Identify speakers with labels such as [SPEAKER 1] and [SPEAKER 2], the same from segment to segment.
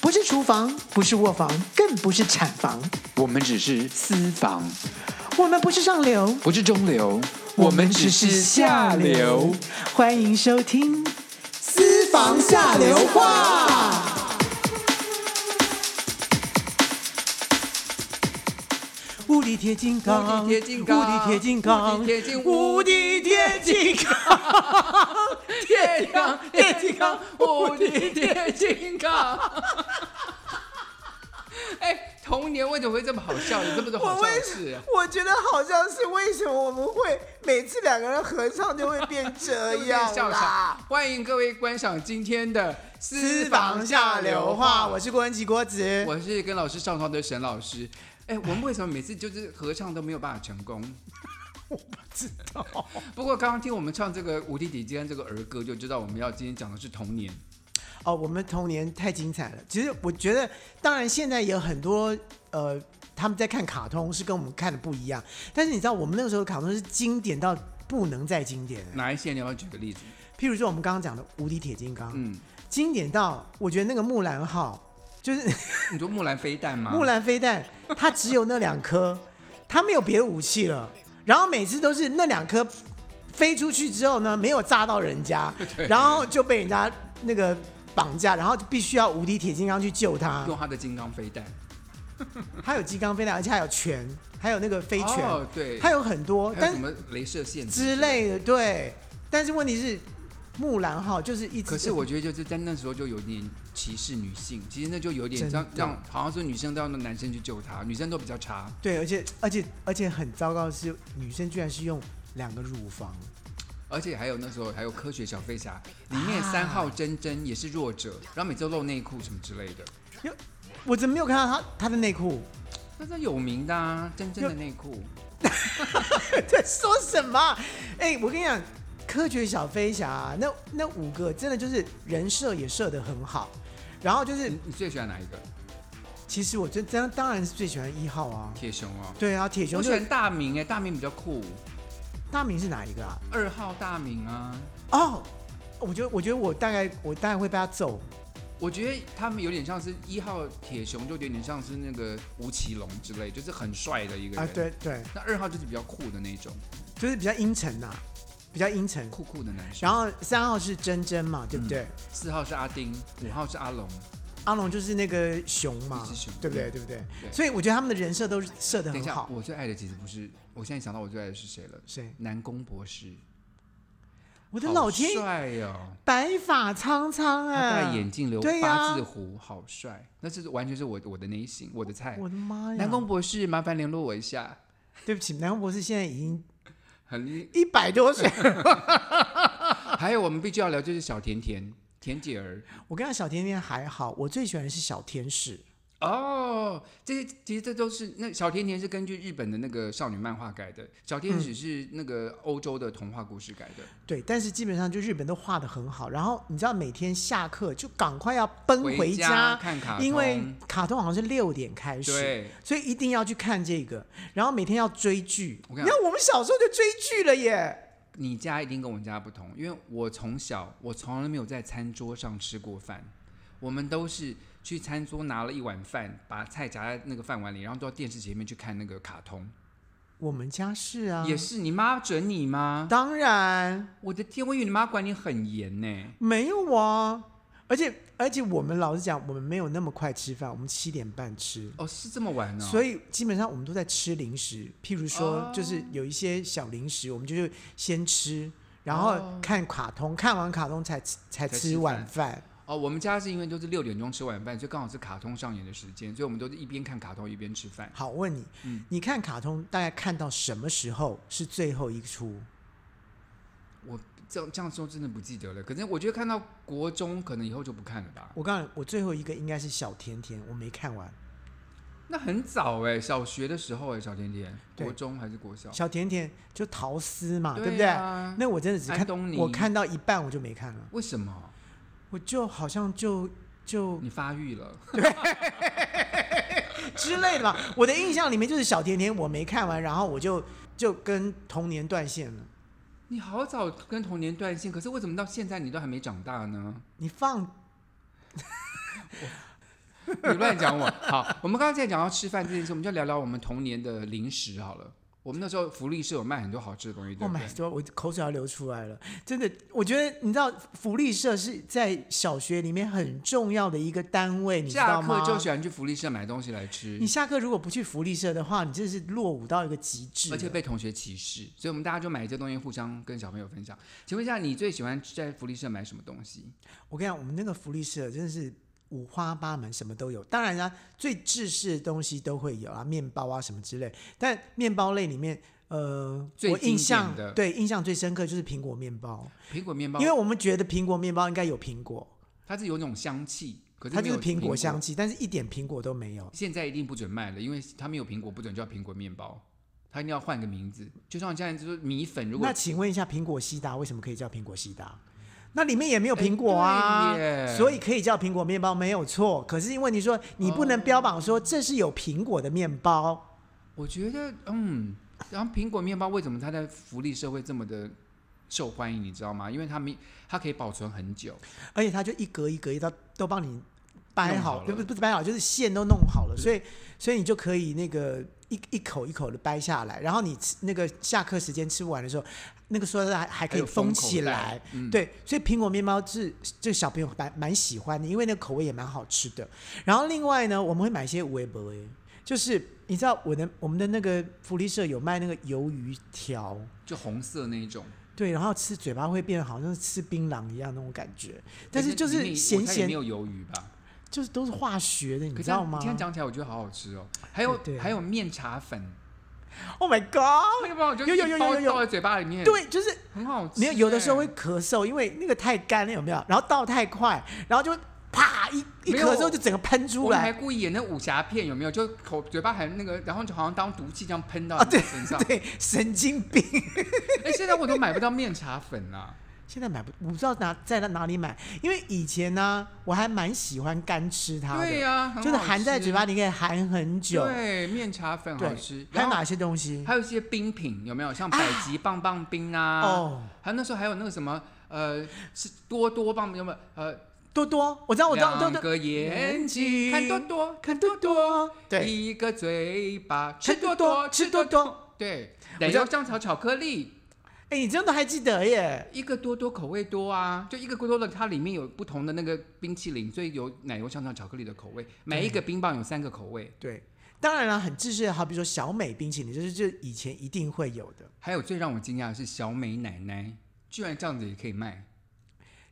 [SPEAKER 1] 不是厨房，不是卧房，更不是产房，
[SPEAKER 2] 我们只是私房，
[SPEAKER 1] 我们不是上流，
[SPEAKER 2] 不是中流，我们只是下流。。
[SPEAKER 1] 欢迎收听《私房下流话》。无敌铁金刚，
[SPEAKER 3] 无敌铁金刚
[SPEAKER 1] 无敌铁金刚，
[SPEAKER 3] 无敌铁金
[SPEAKER 1] 无敌铁金刚，
[SPEAKER 3] 铁钢铁金刚，无敌铁金刚。哎，童年为什么会这么好笑？有这么多
[SPEAKER 4] 我
[SPEAKER 3] 好笑
[SPEAKER 4] 为
[SPEAKER 3] 的事啊？
[SPEAKER 4] 我觉得好像是为什么我们会每次两个人合唱就会变这
[SPEAKER 3] 对不对
[SPEAKER 4] 样
[SPEAKER 3] 笑
[SPEAKER 4] 啦
[SPEAKER 3] 场？，欢迎各位观赏今天的私
[SPEAKER 4] 私房下流话，我是郭文琪郭子。
[SPEAKER 3] 我是跟老师上床的沈老师。哎，我们为什么每次就是合唱都没有办法成功？我不知道。不过刚刚听我们唱这个《无敌底尖》这个儿歌，就知道我们要今天讲的是童年。
[SPEAKER 4] 哦，我们童年太精彩了。其实我觉得，当然现在也有很多呃，他们在看卡通是跟我们看的不一样，但是你知道我们那个时候的卡通是经典到不能再经典了。
[SPEAKER 3] 哪一些你要举个例子？
[SPEAKER 4] 譬如说我们刚刚讲的《无敌铁金刚》，
[SPEAKER 3] 嗯，
[SPEAKER 4] 经典到我觉得那个木兰号就是。
[SPEAKER 3] 你说木兰飞弹吗？
[SPEAKER 4] 木兰飞弹，它只有那两颗，它没有别的武器了。然后每次都是那两颗飞出去之后呢，没有炸到人 家，然后就被人家那个绑架，然后就必须要无敌铁金刚去救他。
[SPEAKER 3] 用他的金刚飞弹。
[SPEAKER 4] 他有金刚飞弹，而且还有拳，还有那个飞拳，
[SPEAKER 3] 哦对
[SPEAKER 4] 他有很多，
[SPEAKER 3] 还
[SPEAKER 4] 但
[SPEAKER 3] 有什么镭射线
[SPEAKER 4] 之？类的对。但是问题是，木兰号就是一直
[SPEAKER 3] 可是我觉得就是在那时候就有点歧视女性，其实那就有点
[SPEAKER 4] 真的
[SPEAKER 3] 让让好像说女生都要让男生去救她，女生都比较差。
[SPEAKER 4] 对，而且而且而且很糟糕的是，女生居然是用两个乳房。
[SPEAKER 3] 而且还有那时候还有科学小飞侠里面三号珍珍也是弱者，然后每周露内裤什么之类的，
[SPEAKER 4] 我怎么没有看到她她的内裤？
[SPEAKER 3] 那是有名的啊，珍珍的内裤。
[SPEAKER 4] 在说什么啊？哎、我跟你讲，科学小飞侠啊、那那五个真的就是人设也设得很好，然后就是
[SPEAKER 3] 你，你最喜欢哪一个？
[SPEAKER 4] 其实我真真当然是最喜欢一号啊。
[SPEAKER 3] 铁熊哦，
[SPEAKER 4] 对啊，铁熊
[SPEAKER 3] 我喜
[SPEAKER 4] 就
[SPEAKER 3] 欢大明哎、大明比较酷。
[SPEAKER 4] 大明是哪一个啊？
[SPEAKER 3] 二号大明啊，
[SPEAKER 4] 哦，我觉得我觉得我大概我大概会被他揍。
[SPEAKER 3] 我觉得他们有点像是一号铁熊，就有点像是那个吴奇隆之类，就是很帅的一个人。
[SPEAKER 4] 啊，对对，
[SPEAKER 3] 那二号就是比较酷的那种，
[SPEAKER 4] 就是比较阴沉呐、比较阴沉。
[SPEAKER 3] 酷酷的男生。
[SPEAKER 4] 然后三号是真真嘛，
[SPEAKER 3] 嗯
[SPEAKER 4] 对不对？
[SPEAKER 3] 四号是阿丁，五号是阿龙，
[SPEAKER 4] 阿龙就是那个熊嘛
[SPEAKER 3] 一只熊，
[SPEAKER 4] 对不对？对不对？
[SPEAKER 3] 对
[SPEAKER 4] 所以我觉得他们的人设都是设得
[SPEAKER 3] 等一
[SPEAKER 4] 很
[SPEAKER 3] 下，
[SPEAKER 4] 好。
[SPEAKER 3] 我最爱的其实不是，我现在想到我最爱的是谁了？
[SPEAKER 4] 谁？
[SPEAKER 3] 南宫博士，
[SPEAKER 4] 我
[SPEAKER 3] 我
[SPEAKER 4] 的老天
[SPEAKER 3] 帅哦！
[SPEAKER 4] 白发苍苍
[SPEAKER 3] 他
[SPEAKER 4] 哎，
[SPEAKER 3] 戴眼镜，留
[SPEAKER 4] 对呀
[SPEAKER 3] 八字胡，好帅！那是完全是我我的内心，我的菜
[SPEAKER 4] 我。的妈呀！
[SPEAKER 3] 南宫博士，麻烦联络我一下，
[SPEAKER 4] 对不起，南宫博士现在已经
[SPEAKER 3] 很厉。
[SPEAKER 4] 一百多岁。
[SPEAKER 3] 还有我们必须要聊就是小甜甜甜姐儿
[SPEAKER 4] 我跟他小甜甜还好，我最喜欢的是小天使。
[SPEAKER 3] 哦，这些其实这都是那小甜甜是根据日本的那个少女漫画改的，小
[SPEAKER 4] 嗯
[SPEAKER 3] 天使是那个欧洲的童话故事改的。
[SPEAKER 4] 对，但是基本上就日本都画的很好，然后你知道每天下课就赶快要奔
[SPEAKER 3] 回
[SPEAKER 4] 家，
[SPEAKER 3] 家看卡通
[SPEAKER 4] 因为卡通好像是六点开始，
[SPEAKER 3] 对，
[SPEAKER 4] 所以一定要去看这个，然后每天要追剧。
[SPEAKER 3] 我
[SPEAKER 4] 你
[SPEAKER 3] 跟你讲
[SPEAKER 4] 看我们小时候就追剧了耶，
[SPEAKER 3] 你家一定跟我家不同，因为我从小我从来没有在餐桌上吃过饭，我们都是去餐桌拿了一碗饭，把菜夹在那个饭碗里，然后到电视前面去看那个卡通。
[SPEAKER 4] 我们家是啊，
[SPEAKER 3] 也是你妈准你吗？
[SPEAKER 4] 当然。
[SPEAKER 3] 我的天，我以为你妈管你很严呢、
[SPEAKER 4] 没有啊，而且而且我们老实讲，我们没有那么快吃饭，我们七点半吃，
[SPEAKER 3] 哦，是这么晚呢、
[SPEAKER 4] 所
[SPEAKER 3] 以
[SPEAKER 4] 以基本上我们都在吃零食。譬如说
[SPEAKER 3] 哦，
[SPEAKER 4] 就是有一些小零食，我们就是先吃，然后看卡通，看完卡通才吃才
[SPEAKER 3] 哦才
[SPEAKER 4] 吃
[SPEAKER 3] 吃
[SPEAKER 4] 晚饭。
[SPEAKER 3] 哦，我们家是因为都是六点钟吃晚饭，所以刚好是卡通上演的时间，所以我们都是一边看卡通一边吃饭。
[SPEAKER 4] 好，问你，
[SPEAKER 3] 嗯
[SPEAKER 4] 你看卡通大概看到什么时候是最后一出？
[SPEAKER 3] 我这样这样说真的不记得了，可是我觉得看到国中可能以后就不看了吧。
[SPEAKER 4] 我告诉你，我最后一个应该是小甜甜，我没看完。
[SPEAKER 3] 那很早哎、小学的时候哎、小甜甜，
[SPEAKER 4] 对
[SPEAKER 3] 国中还是国小？
[SPEAKER 4] 小甜甜就陶思嘛，对不
[SPEAKER 3] 对
[SPEAKER 4] 对？
[SPEAKER 3] 啊
[SPEAKER 4] 那我真的只
[SPEAKER 3] 安
[SPEAKER 4] 看
[SPEAKER 3] 东，尼
[SPEAKER 4] 我看到一半我就没看了。
[SPEAKER 3] 为什么？
[SPEAKER 4] 我就好像就就
[SPEAKER 3] 你发育了？
[SPEAKER 4] 之类的吧。我的印象里面就是小甜甜我没看完，然后我就就跟童年断线了。
[SPEAKER 3] 你好早跟童年断线，可是为什么到现在你都还没长大呢？
[SPEAKER 4] 你放
[SPEAKER 3] 你乱讲我。好，我们刚刚在讲到吃饭这件事，我们就聊聊我们童年的零食好了。我们那时候福利社有卖很多好吃的东西，对
[SPEAKER 4] Oh
[SPEAKER 3] 不
[SPEAKER 4] my
[SPEAKER 3] 对？
[SPEAKER 4] god！我口水要流出来了，真的，我觉得你知道福利社是在小学里面很重要的一个单位，你知
[SPEAKER 3] 下
[SPEAKER 4] 道吗
[SPEAKER 3] 课？就喜欢去福利社买东西来吃
[SPEAKER 4] 你，下课如果不去福利社的话，你真是落伍到一个极致了。
[SPEAKER 3] 而且被同学歧视，所以我们大家就买一些东西互相跟小朋友分享。请问一下，你最喜欢在福利社买什么东西？
[SPEAKER 4] 我跟你讲，我们那个福利社真的是五花八门，什么都有。当然啦、最制式的东西都会有啊，面包啊什么之类。但面包类里面，呃，
[SPEAKER 3] 最
[SPEAKER 4] 我
[SPEAKER 3] 经典
[SPEAKER 4] 印象
[SPEAKER 3] 的
[SPEAKER 4] 对印象最深刻就是苹果面包，
[SPEAKER 3] 苹果面包，
[SPEAKER 4] 因为我们觉得苹果面包应该有苹果，
[SPEAKER 3] 它是有那种香气，可是
[SPEAKER 4] 它
[SPEAKER 3] 没
[SPEAKER 4] 就是
[SPEAKER 3] 有
[SPEAKER 4] 苹
[SPEAKER 3] 苹
[SPEAKER 4] 果香。气，但是一点苹果都没有。
[SPEAKER 3] 现在一定不准卖了，因为它没有苹果，不准叫苹果面包，它一定要换个名字。就像现在就是米粉，如果
[SPEAKER 4] 那请问一下，苹果西达为什么可以叫苹果西达？那里面也没有苹果啊
[SPEAKER 3] 哎，对耶
[SPEAKER 4] 所以可以叫苹果面包没有错。可是问题说，你不
[SPEAKER 3] 哦
[SPEAKER 4] 能标榜说这是有苹果的面包，
[SPEAKER 3] 我觉得，嗯，然后苹果面包为什么它在福利社会这么的受欢迎，你知道吗？因为它没，它可以保存很久，
[SPEAKER 4] 而且它就一格一格一道都帮你掰
[SPEAKER 3] 弄
[SPEAKER 4] 好，
[SPEAKER 3] 好
[SPEAKER 4] 对
[SPEAKER 3] 了
[SPEAKER 4] 不不是掰好，就是线都弄好了，所以所以你就可以那个一一口一口的掰下来，然后你吃那个下课时间吃完的时候，那个塑料袋还还可以
[SPEAKER 3] 有封
[SPEAKER 4] 封
[SPEAKER 3] 口
[SPEAKER 4] 起
[SPEAKER 3] 袋
[SPEAKER 4] 来，。
[SPEAKER 3] 嗯，
[SPEAKER 4] 对，所以苹果面包是这个小朋友蛮蛮喜欢的，因为那个口味也蛮好吃的。然后另外呢，我们会买一些微博，就是你知道我的我们的那个福利社有卖那个鱿鱼条，
[SPEAKER 3] 就红色那一种，
[SPEAKER 4] 对，然后吃嘴巴会变得好像是吃槟榔一样那种感觉，但是就
[SPEAKER 3] 里面
[SPEAKER 4] 是咸
[SPEAKER 3] 我猜里
[SPEAKER 4] 咸
[SPEAKER 3] 面，有鱿鱼吧？
[SPEAKER 4] 就是都是化学的，你
[SPEAKER 3] 可
[SPEAKER 4] 知
[SPEAKER 3] 是它
[SPEAKER 4] 道吗
[SPEAKER 3] 今天讲起来，我觉得好好吃哦。还有
[SPEAKER 4] 对对
[SPEAKER 3] 还有面茶粉，
[SPEAKER 4] ？Oh my god！
[SPEAKER 3] 那个包就
[SPEAKER 4] 有有有
[SPEAKER 3] 一包
[SPEAKER 4] 有有有
[SPEAKER 3] 倒在嘴巴里面，，
[SPEAKER 4] 对，就是
[SPEAKER 3] 很好吃欸。
[SPEAKER 4] 没有，有的时候会咳嗽，因为那个太干了，有没有？然后倒太快，然后就啪一一
[SPEAKER 3] 没
[SPEAKER 4] 咳
[SPEAKER 3] 有
[SPEAKER 4] 嗽就整个喷出
[SPEAKER 3] 我们还
[SPEAKER 4] 来。
[SPEAKER 3] 故意演那武侠片，有没有？就口嘴巴还那个，然后就好像当毒气这样喷到你身上。
[SPEAKER 4] 啊对， 神经病！
[SPEAKER 3] 哎、现在我都买不到面茶粉啦、
[SPEAKER 4] 现在买不，我不知道哪在哪里买，因为以前呢、我还蛮喜欢干吃啊它的，
[SPEAKER 3] 对呀、很
[SPEAKER 4] 就是
[SPEAKER 3] 好
[SPEAKER 4] 含在
[SPEAKER 3] 吃
[SPEAKER 4] 嘴巴里可以含很久。
[SPEAKER 3] 对，面茶粉好吃。
[SPEAKER 4] 还有
[SPEAKER 3] 然后
[SPEAKER 4] 哪些东西？
[SPEAKER 3] 还有一些冰品，有没有？像百吉棒棒冰啊，
[SPEAKER 4] 哦，
[SPEAKER 3] 还有那时候还有那个什么呃，是多多棒，有没有？呃，
[SPEAKER 4] 多多，我知道，我知道，多
[SPEAKER 3] 两
[SPEAKER 4] 多
[SPEAKER 3] 个眼睛
[SPEAKER 4] 睛
[SPEAKER 3] 看多多，
[SPEAKER 4] 看多多，对，
[SPEAKER 3] 一个嘴巴吃
[SPEAKER 4] 看
[SPEAKER 3] 多
[SPEAKER 4] 多
[SPEAKER 3] 多
[SPEAKER 4] 多，
[SPEAKER 3] 吃
[SPEAKER 4] 吃
[SPEAKER 3] 多
[SPEAKER 4] 多
[SPEAKER 3] 多。
[SPEAKER 4] 多。
[SPEAKER 3] 对，
[SPEAKER 4] 我
[SPEAKER 3] 奶
[SPEAKER 4] 就
[SPEAKER 3] 油酱炒巧克力，
[SPEAKER 4] 哎，你真的还记得耶？
[SPEAKER 3] 一个多多口味多啊，就一个多多的，它里面有不同的那个冰淇淋，所以有奶油香草巧克力的口味。每一个冰棒有三个口味，
[SPEAKER 4] 对，当然了，很自式的，好比说小美冰淇淋，就是就以前一定会有的。
[SPEAKER 3] 还有最让我惊讶的是小美奶奶，居然这样子也可以卖，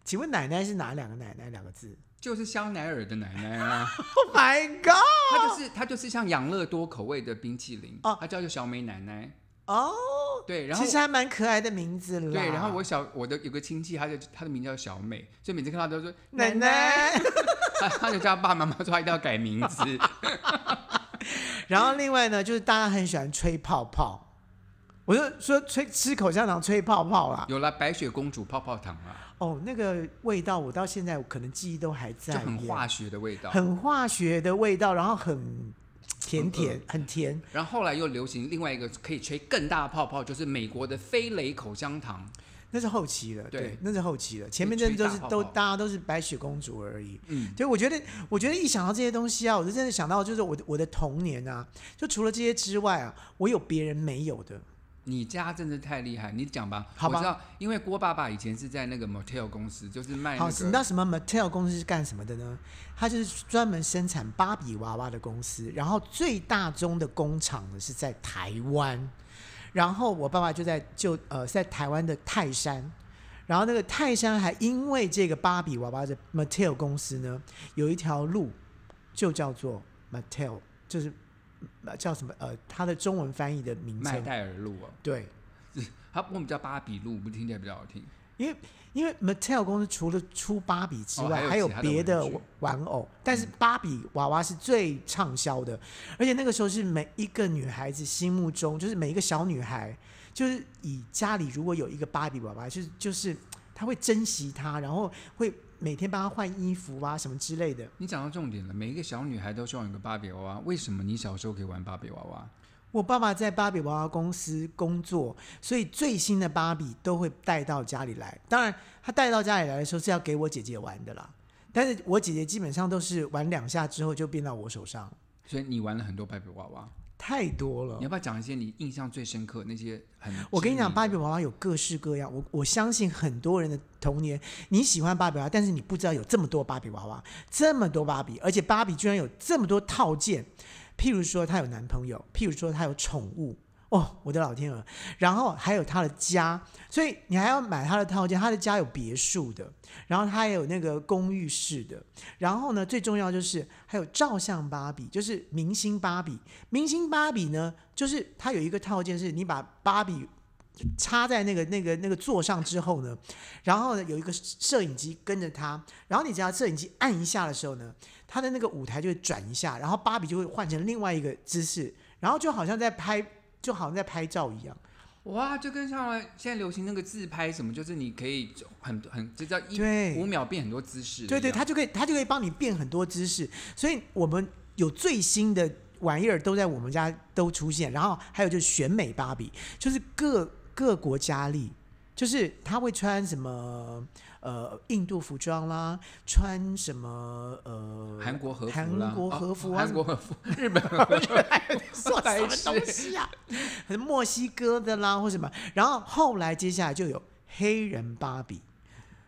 [SPEAKER 4] 请问奶奶是哪两个奶奶两个字
[SPEAKER 3] 就是香奈儿的奶奶 啊，
[SPEAKER 4] ？Oh my god！
[SPEAKER 3] 它就是它就是像养乐多口味的冰淇淋，
[SPEAKER 4] 哦
[SPEAKER 3] 它叫做小美奶奶。
[SPEAKER 4] 哦，
[SPEAKER 3] 对，然后
[SPEAKER 4] 其实还蛮可爱的名字啦。
[SPEAKER 3] 对，然后我小我的有个亲戚，他的他的名叫小美，所以每次看到都说
[SPEAKER 4] 奶
[SPEAKER 3] 奶，
[SPEAKER 4] 奶。
[SPEAKER 3] 他他就叫他爸爸妈妈说他一定要改名字。
[SPEAKER 4] 然后另外呢，就是大家很喜欢吹泡泡，我就说吹吃口香糖吹泡泡啦。
[SPEAKER 3] 有了白雪公主泡泡糖啊，
[SPEAKER 4] 哦，那个味道我到现在我可能记忆都还在
[SPEAKER 3] 就
[SPEAKER 4] 耶，
[SPEAKER 3] 很化学啊的味 道。
[SPEAKER 4] 很化学的味道，然后很甜
[SPEAKER 3] 很呃
[SPEAKER 4] 甜，很甜。
[SPEAKER 3] 然后后来又流行另外一个可以吹更大的泡泡，就是美国的飞雷口香糖。
[SPEAKER 4] 那是后期了，
[SPEAKER 3] 对
[SPEAKER 4] 对，那是后期了，前面
[SPEAKER 3] 吹
[SPEAKER 4] 真的都是
[SPEAKER 3] 大泡
[SPEAKER 4] 都
[SPEAKER 3] 泡
[SPEAKER 4] 大家都是白雪公主而已。
[SPEAKER 3] 嗯，
[SPEAKER 4] 对，我觉得，我觉得一想到这些东西啊，我就真的想到就是我的我的童年啊，就除了这些之外啊，我有别人没有的。
[SPEAKER 3] 你家真的太厉害，你讲吧。
[SPEAKER 4] 好吧
[SPEAKER 3] 我知道，因为郭爸爸以前是在那个 Motel 公司，就是卖那
[SPEAKER 4] 好，你知道
[SPEAKER 3] 个。
[SPEAKER 4] 什么 Mattel 公司是干什么的呢？它就是专门生产芭比娃娃的公司，然后最大宗的工厂呢是在台湾，然后我爸爸就在就呃在台湾的泰山。然后那个泰山还因为这个芭比娃娃的 Mattel 公司呢，有一条路就叫做 Mattel，就是呃叫什么呃，它的中文翻译的名
[SPEAKER 3] 麦
[SPEAKER 4] 称。
[SPEAKER 3] 戴尔路哦，
[SPEAKER 4] 对，
[SPEAKER 3] 他我们叫芭比路，不听起来比较好听。
[SPEAKER 4] 因为因为 Mattel 公司除了出芭比之
[SPEAKER 3] 哦
[SPEAKER 4] 外，
[SPEAKER 3] 还
[SPEAKER 4] 还
[SPEAKER 3] 有
[SPEAKER 4] 有
[SPEAKER 3] 其他的
[SPEAKER 4] 别的
[SPEAKER 3] 玩具嗯
[SPEAKER 4] 玩偶，但是芭比娃娃是最畅销的，而且那个时候是每一个女孩子心目中，就是每一个小女孩，就是以家里如果有一个芭比娃娃，就是就是她会珍惜它，然后会每天帮她换衣服啊什么之类的。
[SPEAKER 3] 你讲到重点了，每一个小女孩都希望有一个芭比娃娃。为什么你小时候可以玩芭比娃娃？
[SPEAKER 4] 我爸爸在芭比娃娃公司工作，所以最新的芭比都会带到家里来。当然，他带到家里来的时候是要给我姐姐玩的啦。但是我姐姐基本上都是玩两下之后就变到我手上，
[SPEAKER 2] 所以你玩了很多芭比娃娃，
[SPEAKER 4] 太多了
[SPEAKER 2] 你要。不要讲一些你印象最深刻那些很？
[SPEAKER 4] 我跟你讲，芭比，娃娃有各式各样。我我相信很多人的童年，你喜欢芭比娃娃，但是你不知道有这么多芭比娃娃，这么多芭比，而且芭比居然有这么多套件。譬如说，她有男朋友，譬如说她有宠物，哦，我的老天鹅！然后还有她的家，所以你还要买她的套件。她的家有别墅的，然后她也有那个公寓式的，然后呢，最重要就是还有照相芭比，就是明星芭比。明星芭比呢，就是它有一个套件，是你把芭比插在那个那个那个座上之后呢，然后呢有一个摄影机跟着它，然后你只要摄影机按一下的时候呢，它的那个舞台就会转一下，然后芭比就会换成另外一个姿势，然后就好像在拍，就好像在拍照一样。
[SPEAKER 2] 哇，就跟上了现在流行那个自拍什么，就是你可以很很就叫一
[SPEAKER 4] 对
[SPEAKER 2] 五秒变很多姿势的一
[SPEAKER 4] 对
[SPEAKER 2] 样。
[SPEAKER 4] 对，它就可以，它就可以帮你变很多姿势。所以我们有最新的玩意儿都在我们家都出现，然后还有就是选美芭比，就是各各国佳丽，就是她会穿什么呃印度服装啦，穿什么 呃
[SPEAKER 2] 韩国和服
[SPEAKER 4] 韩
[SPEAKER 2] 啦
[SPEAKER 4] 国
[SPEAKER 2] 哦
[SPEAKER 4] 和服啊
[SPEAKER 2] 韩
[SPEAKER 4] 什
[SPEAKER 2] 国
[SPEAKER 4] 么
[SPEAKER 2] 和服，日本和服，
[SPEAKER 4] 说什么东西啊？墨西哥的啦或什么，然后后来接下来就有黑人芭比。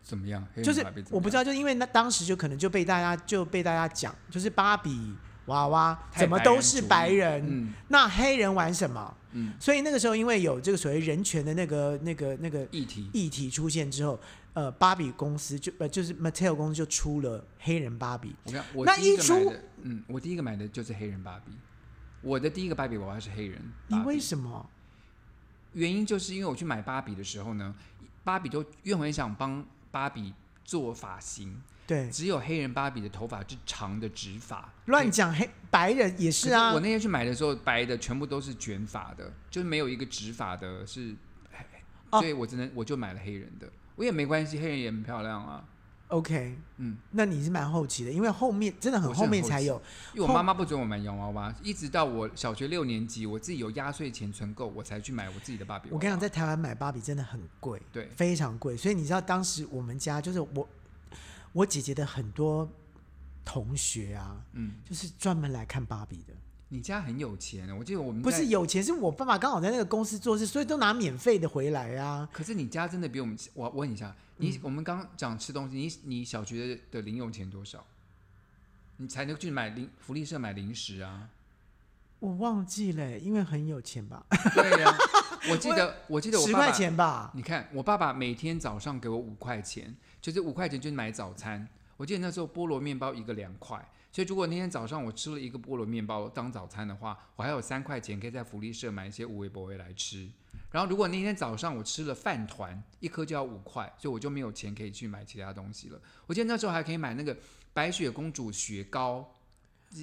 [SPEAKER 2] 怎么样？黑人
[SPEAKER 4] 就是
[SPEAKER 2] 芭比怎么
[SPEAKER 4] 我不知
[SPEAKER 2] 样，
[SPEAKER 4] 道，就因为那当时就可能就被大家就被大家讲，就是芭比娃娃
[SPEAKER 2] 太
[SPEAKER 4] 怎么都是白
[SPEAKER 2] 白人
[SPEAKER 4] 人，
[SPEAKER 2] 主义嗯
[SPEAKER 4] 那黑人玩什么？
[SPEAKER 2] 嗯
[SPEAKER 4] 所以那个时候因为有这个所谓人权的那个那个那个
[SPEAKER 2] 议题
[SPEAKER 4] 议题出现之后，呃，芭比公司就呃就是 Mattel 公司就出了黑人芭比，
[SPEAKER 2] 我看我
[SPEAKER 4] 那
[SPEAKER 2] 第一
[SPEAKER 4] 一
[SPEAKER 2] 个
[SPEAKER 4] 出
[SPEAKER 2] 买的，嗯，我第一个买的就是黑人芭比。我的第一个芭比娃娃是黑人芭比，
[SPEAKER 4] 你为什么？
[SPEAKER 2] 原因就是因为我去买芭比的时候呢，芭比都因为我很想帮芭比做发型，
[SPEAKER 4] 对，
[SPEAKER 2] 只有黑人芭比的头发是长的直发，
[SPEAKER 4] 乱
[SPEAKER 2] 可
[SPEAKER 4] 讲黑白人也
[SPEAKER 2] 是
[SPEAKER 4] 是啊
[SPEAKER 2] 我，那天去买的时候，白的全部都是卷发的，就是没有一个直发的是，
[SPEAKER 4] 哦
[SPEAKER 2] 所以我只能我就买了黑人的，我也没关系，黑人也很漂亮啊，
[SPEAKER 4] OK，
[SPEAKER 2] 嗯，
[SPEAKER 4] 那你是蛮后期的，因为后面真的很
[SPEAKER 2] 我是
[SPEAKER 4] 后
[SPEAKER 2] 很
[SPEAKER 4] 面
[SPEAKER 2] 后
[SPEAKER 4] 才
[SPEAKER 2] 期
[SPEAKER 4] 有，
[SPEAKER 2] 因为我妈妈不准我买洋娃娃，一直到我小学六年级，我自己有压岁钱存够，我才去买我自己的芭比娃娃。
[SPEAKER 4] 我跟你讲，在台湾买芭比真的很贵，
[SPEAKER 2] 对
[SPEAKER 4] 非常贵。所以你知道，当时我们家就是我，我姐姐的很多同学啊，
[SPEAKER 2] 嗯，
[SPEAKER 4] 就是专门来看芭比的。
[SPEAKER 2] 你家很有钱，啊我记得我们
[SPEAKER 4] 不
[SPEAKER 2] 在
[SPEAKER 4] 是，有钱，是我爸爸刚好在那个公司做事，所以都拿免费的回来啊。
[SPEAKER 2] 可是你家真的比我们我我问一下，你、
[SPEAKER 4] 嗯
[SPEAKER 2] 我们刚讲吃东西，你你小学的零用钱多少？你才能去买零福利社买零食啊？
[SPEAKER 4] 我忘记了，因为很有钱吧，
[SPEAKER 2] 对呀、我记得我记得 我
[SPEAKER 4] 十
[SPEAKER 2] 爸爸
[SPEAKER 4] 块钱吧。
[SPEAKER 2] 你看，我爸爸每天早上给我五块钱，就是五块钱就买早餐。我记得那时候菠萝面包一个两块，所以如果那天早上我吃了一个菠萝面包当早餐的话，我还有三块钱可以在福利社买一些五味博味来吃。然后如果那天早上我吃了饭团，一颗就要五块，所以我就没有钱可以去买其他东西了。我记得那时候还可以买那个白雪公主雪糕。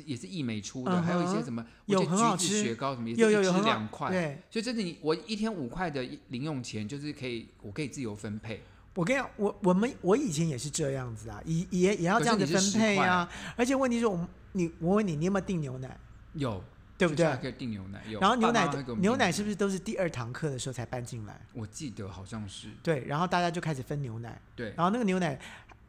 [SPEAKER 2] 也是益美出的
[SPEAKER 4] 嗯哼
[SPEAKER 2] 还有一些什么，我
[SPEAKER 4] 有
[SPEAKER 2] 记得
[SPEAKER 4] 很好
[SPEAKER 2] 橘子
[SPEAKER 4] 吃
[SPEAKER 2] 雪糕什么，也是
[SPEAKER 4] 有有
[SPEAKER 2] 一
[SPEAKER 4] 有
[SPEAKER 2] 吃
[SPEAKER 4] 很好
[SPEAKER 2] 两块，
[SPEAKER 4] 对，
[SPEAKER 2] 所以真的你，我一天五块的零用钱，就是可以，我可以自由分配。
[SPEAKER 4] 我跟你讲，我我们我以前也是这样子啊，也也也要这样子
[SPEAKER 2] 可是
[SPEAKER 4] 分
[SPEAKER 2] 你是
[SPEAKER 4] 配啊。而且问题是我们，你我问你，你有没有订牛奶？
[SPEAKER 2] 有，
[SPEAKER 4] 对不
[SPEAKER 2] 就是
[SPEAKER 4] 对
[SPEAKER 2] 还可以订牛奶，有。
[SPEAKER 4] 然后牛
[SPEAKER 2] 爸
[SPEAKER 4] 奶
[SPEAKER 2] 妈会给我们订
[SPEAKER 4] 牛奶，是不是都是第二堂课的时候才搬进来？
[SPEAKER 2] 我记得好像是
[SPEAKER 4] 对，然后大家就开始分牛奶，
[SPEAKER 2] 对
[SPEAKER 4] 然后那个牛奶，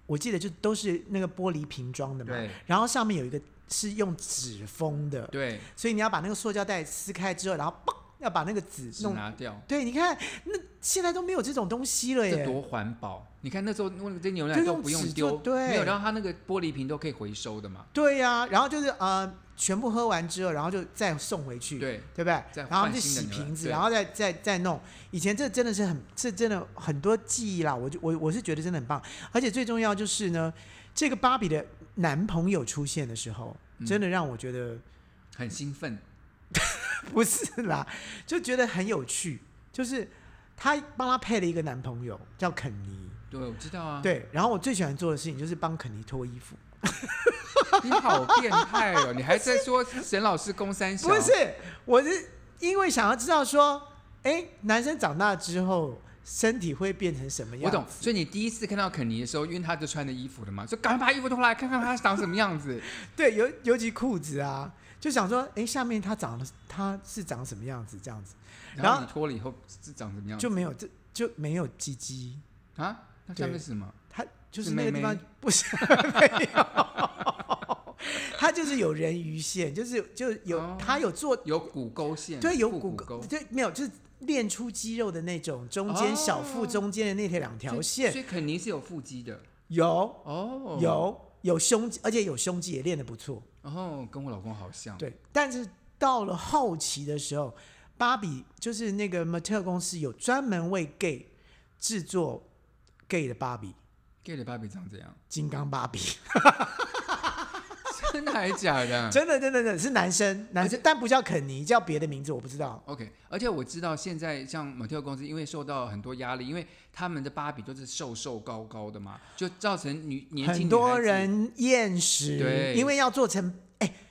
[SPEAKER 4] 我记得就都是那个玻璃瓶装的嘛
[SPEAKER 2] 对，
[SPEAKER 4] 然后上面有一个是用纸封的，
[SPEAKER 2] 对，
[SPEAKER 4] 所以你要把那个塑胶袋撕开之后，然后嘣，要把那个纸
[SPEAKER 2] 是
[SPEAKER 4] 弄。
[SPEAKER 2] 拿掉，
[SPEAKER 4] 对，你看，那现在都没有这种东西了
[SPEAKER 2] 这
[SPEAKER 4] 耶。
[SPEAKER 2] 多环保！你看那时候那个这牛奶
[SPEAKER 4] 就
[SPEAKER 2] 都
[SPEAKER 4] 用
[SPEAKER 2] 不用
[SPEAKER 4] 纸
[SPEAKER 2] 丢，
[SPEAKER 4] 做对
[SPEAKER 2] 没有，然后它那个玻璃瓶都可以回收的嘛。
[SPEAKER 4] 对呀、然后就是呃，全部喝完之后，然后就再送回去，
[SPEAKER 2] 对
[SPEAKER 4] 对不对
[SPEAKER 2] 再？
[SPEAKER 4] 然后
[SPEAKER 2] 换
[SPEAKER 4] 就
[SPEAKER 2] 新
[SPEAKER 4] 洗
[SPEAKER 2] 的牛奶
[SPEAKER 4] 瓶子，
[SPEAKER 2] 对
[SPEAKER 4] 然后再再再弄。以前这真的是很，这真的很多记忆啦。我就我我是觉得真的很棒，而且最重要就是呢，这个芭比的男朋友出现的时候，
[SPEAKER 2] 嗯
[SPEAKER 4] 真的让我觉得、
[SPEAKER 2] 很兴奋，
[SPEAKER 4] 不是啦，就觉得很有趣，就是她帮她配了一个男朋友叫肯尼。
[SPEAKER 2] 对，我知道啊。，
[SPEAKER 4] 对，然后我最喜欢做的事情就是帮肯尼脱衣服，
[SPEAKER 2] 你好变态哦！你 还在说沈老师公三小？
[SPEAKER 4] 不是，我是因为想要知道说，哎，男生长大之后身体会变成什么样？
[SPEAKER 2] 我懂，，所以你第一次看到肯尼的时候，因为他就穿着衣服的嘛，就赶快把衣服脱下来，看看他长什么 样子。
[SPEAKER 4] 对，尤尤其裤子啊，就想说，哎，下面他长得他是长什么样子？这样子
[SPEAKER 2] 然
[SPEAKER 4] 然
[SPEAKER 2] 后
[SPEAKER 4] 后
[SPEAKER 2] 你脱了以后是长什么样子？
[SPEAKER 4] 就没有这就没有鸡鸡，
[SPEAKER 2] 啊，那下面是什么？
[SPEAKER 4] 他就是
[SPEAKER 2] 是
[SPEAKER 4] 那个地
[SPEAKER 2] 妹
[SPEAKER 4] 方
[SPEAKER 2] 妹
[SPEAKER 4] 不是 没有，它就是有人鱼线，就是就有
[SPEAKER 2] 哦
[SPEAKER 4] 它有做
[SPEAKER 2] 有骨沟线，
[SPEAKER 4] 对，有
[SPEAKER 2] 腹
[SPEAKER 4] 骨
[SPEAKER 2] 骨
[SPEAKER 4] 骼，对，没有，就是练出肌肉的那种，中间小腹
[SPEAKER 2] 哦
[SPEAKER 4] 中间的那条两条
[SPEAKER 2] 所以
[SPEAKER 4] 线，
[SPEAKER 2] 所以肯尼是有腹肌的
[SPEAKER 4] 有
[SPEAKER 2] 哦，，
[SPEAKER 4] 有有胸肌，而且有胸肌也练得不错，
[SPEAKER 2] 哦，跟我老公好像，
[SPEAKER 4] 对。但是到了后期的时候，芭比就是那个 Mattel 公司有专门为 gay 制作 gay 的芭比，
[SPEAKER 2] ，gay 的芭比长这样，
[SPEAKER 4] 金刚芭比，
[SPEAKER 2] 嗯真的还假的？
[SPEAKER 4] 真的真的真的是男生，男
[SPEAKER 2] 哎
[SPEAKER 4] 生，但不叫肯尼，叫别的名字我不知道。
[SPEAKER 2] OK，而且我知道现在像某 e 公司，因为受到很多压力，因为他们的芭比都是瘦瘦高高的嘛，就造成女年轻
[SPEAKER 4] 很
[SPEAKER 2] 女
[SPEAKER 4] 多
[SPEAKER 2] 孩子
[SPEAKER 4] 人厌食，
[SPEAKER 2] 对
[SPEAKER 4] 因为要做成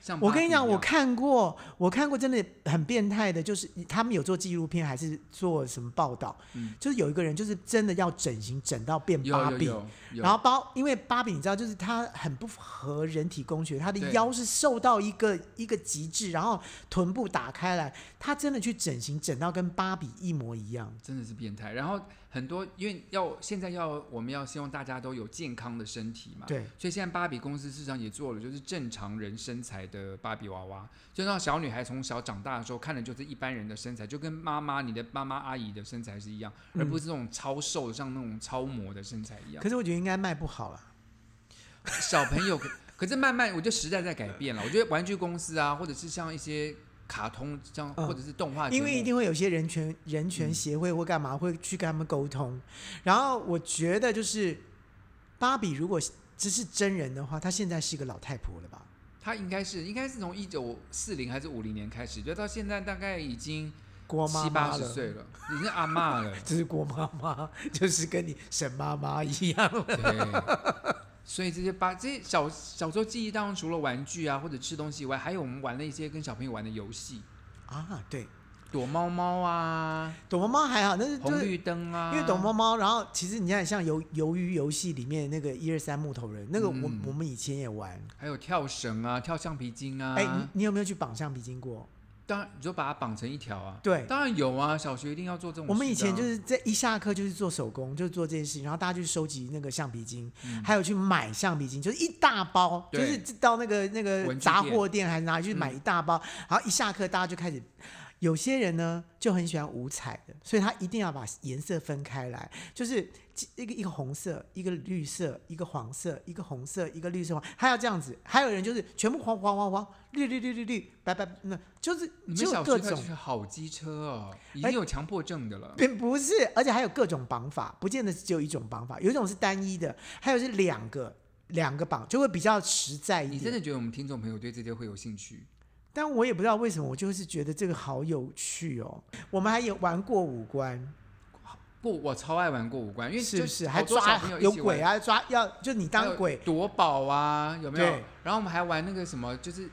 [SPEAKER 2] 像
[SPEAKER 4] 我
[SPEAKER 2] 芭
[SPEAKER 4] 跟
[SPEAKER 2] 比
[SPEAKER 4] 你
[SPEAKER 2] 一
[SPEAKER 4] 讲，我
[SPEAKER 2] 样
[SPEAKER 4] 看过，我看过真的很变态的，就是他们有做纪录片还是做什么报道，就是有一个人就是真的要整形整到变芭
[SPEAKER 2] 嗯有有
[SPEAKER 4] 比，
[SPEAKER 2] 有有，
[SPEAKER 4] 然后包因为芭比你知道就是她很不合人体工学，她的
[SPEAKER 2] 对
[SPEAKER 4] 腰是瘦到一个一个极致，然后臀部打开来，她真的去整形整到跟芭比一模一样，
[SPEAKER 2] 真的是变态。然后很多因为要现在要我们要希望大家都有健康的身体嘛，
[SPEAKER 4] 对，
[SPEAKER 2] 所以现在芭比公司市场也做了，就是正常人身材的芭比娃娃，就让小女孩从小长大的时候看的就是一般人的身材，就跟妈妈、你的妈妈、阿姨的身材是一样，而不是那种超瘦的像那种超模的身材一样
[SPEAKER 4] 可。是我觉得应该卖不好了。
[SPEAKER 2] 小朋友可，可是慢慢，我觉得时代在改变了。我觉得玩具公司啊，或者是像一些卡通，像
[SPEAKER 4] 嗯
[SPEAKER 2] 或者是动画节目，
[SPEAKER 4] 因为一定会有些人权人权协会或干嘛会去跟他们沟通，然后我觉得就是芭比如果只是真人的话，她现在是一个老太婆了吧？
[SPEAKER 2] 它应该是应该是从一九四零还是五零年开始，就到现在大概已经
[SPEAKER 4] 郭妈
[SPEAKER 2] 七
[SPEAKER 4] 妈
[SPEAKER 2] 八十
[SPEAKER 4] 了。
[SPEAKER 2] 岁了，已经阿嬷了
[SPEAKER 4] 就是郭妈妈， 就是跟你沈妈妈一 样。
[SPEAKER 2] 对，所以这些把这些小小时候记忆当中，除了玩具啊或者吃东西以外，还有我们玩了一些跟小朋友玩的游戏，
[SPEAKER 4] 啊，对，
[SPEAKER 2] 躲猫猫啊、
[SPEAKER 4] 躲猫猫还好，但是就
[SPEAKER 2] 红
[SPEAKER 4] 是
[SPEAKER 2] 绿灯啊，
[SPEAKER 4] 因为躲猫猫，然后其实你看像游鱿鱼游戏里面那个一二三木头人，那个我、
[SPEAKER 2] 嗯
[SPEAKER 4] 我们以前也玩。
[SPEAKER 2] 还有跳绳啊、跳橡皮筋啊。
[SPEAKER 4] 哎、你你有没有去绑橡皮筋过？
[SPEAKER 2] 当然，你就把它绑成一条啊。
[SPEAKER 4] 对
[SPEAKER 2] 当然有啊，小学一定要做这种事的啊、
[SPEAKER 4] 我们以前就是在一下课就是做手工，就是做这件事情，然后大家去收集那个橡皮筋，还有去买橡皮筋，就是一大包，就
[SPEAKER 2] 嗯对
[SPEAKER 4] 是到那个那个
[SPEAKER 2] 文具
[SPEAKER 4] 杂
[SPEAKER 2] 店
[SPEAKER 4] 货店还是哪里去买一大包，然后一下课大家就开始。有些人呢就很喜欢五彩的，所以他一定要把颜色分开来，就是一个一个红色，一个绿色，一个黄色，一个红色，一个绿色黄，他要这样子。还有人就是全部黄黄黄黄，绿绿绿绿绿，白白，那就是
[SPEAKER 2] 你们
[SPEAKER 4] 就
[SPEAKER 2] 小
[SPEAKER 4] 各
[SPEAKER 2] 学开
[SPEAKER 4] 种
[SPEAKER 2] 始。好机车哦，已
[SPEAKER 4] 哎
[SPEAKER 2] 经有强迫症的了。
[SPEAKER 4] 并不是，而且还有各种绑法，不见得只有一种绑法，有一种是单一的，还有是两个两个绑，就会比较实在一
[SPEAKER 2] 你真
[SPEAKER 4] 点。
[SPEAKER 2] 的觉得我们听众朋友对这些会有兴趣？
[SPEAKER 4] 但我也不知道为什么，我就是觉得这个好有趣哦。我们还有玩过五官，
[SPEAKER 2] 不，我超爱玩过五官，因为
[SPEAKER 4] 是不？
[SPEAKER 2] 就是好
[SPEAKER 4] 还
[SPEAKER 2] 多
[SPEAKER 4] 抓
[SPEAKER 2] 小朋友
[SPEAKER 4] 有
[SPEAKER 2] 一起玩
[SPEAKER 4] 鬼，啊，抓要就你
[SPEAKER 2] 还
[SPEAKER 4] 当
[SPEAKER 2] 有
[SPEAKER 4] 鬼，
[SPEAKER 2] 夺宝啊，有没有
[SPEAKER 4] 对？
[SPEAKER 2] 然后我们还玩那个什么，就是